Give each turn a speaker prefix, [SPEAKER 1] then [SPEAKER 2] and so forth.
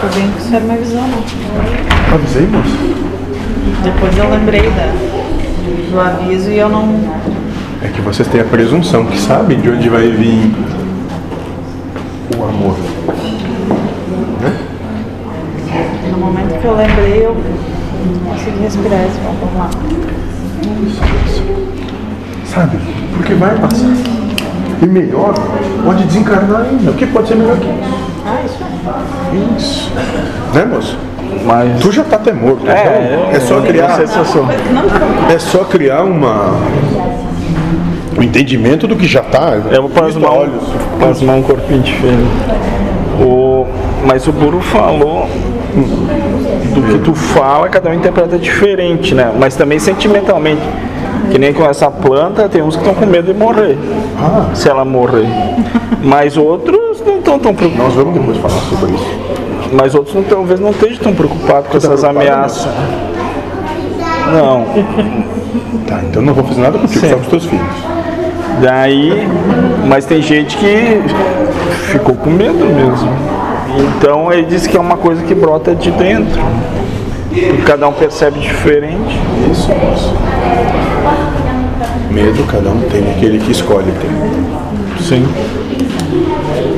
[SPEAKER 1] Tô bem que isso era uma visão, não.
[SPEAKER 2] Avisei, moço.
[SPEAKER 1] Depois eu lembrei da, do aviso e eu não.
[SPEAKER 2] É que vocês têm a presunção que sabem de onde vai vir o amor.
[SPEAKER 1] No momento que eu lembrei, eu não consegui respirar esse bom, vamos lá.
[SPEAKER 2] Isso, isso. Sabe? Porque vai passar. E melhor, pode desencarnar ainda. O que pode ser melhor que isso?
[SPEAKER 1] Ah, isso é.
[SPEAKER 2] Isso. Né, moço?
[SPEAKER 3] Mas.
[SPEAKER 2] Tu já tá até morto. então é só criar.
[SPEAKER 3] Você, tá seu, seu.
[SPEAKER 1] Não, não.
[SPEAKER 2] É só criar uma. O entendimento do que já tá.
[SPEAKER 3] Eu vou plasmar, um-
[SPEAKER 2] olhos.
[SPEAKER 3] plasmar um corpinho de fêmea. O, mas o Guru falou do que tu fala, cada um interpreta diferente, né? Mas também sentimentalmente. Que nem com essa planta, tem uns que estão com medo de morrer,
[SPEAKER 2] Ah,
[SPEAKER 3] se ela morrer. Mas outros não estão tão
[SPEAKER 2] nós
[SPEAKER 3] preocupados.
[SPEAKER 2] vamos depois falar sobre isso.
[SPEAKER 3] Mas outros não- talvez não estejam tão preocupados com
[SPEAKER 2] tá
[SPEAKER 3] essas
[SPEAKER 2] preocupado,
[SPEAKER 3] ameaças. Não.
[SPEAKER 2] Tá, então não vou fazer nada contigo,
[SPEAKER 3] Sim.
[SPEAKER 2] só com os teus filhos.
[SPEAKER 3] Daí, mas tem gente que ficou com medo mesmo. Então ele disse que é uma coisa que brota de dentro. E cada um percebe diferente.
[SPEAKER 2] Isso, isso. Medo cada um tem, aquele que escolhe tem.
[SPEAKER 3] Sim.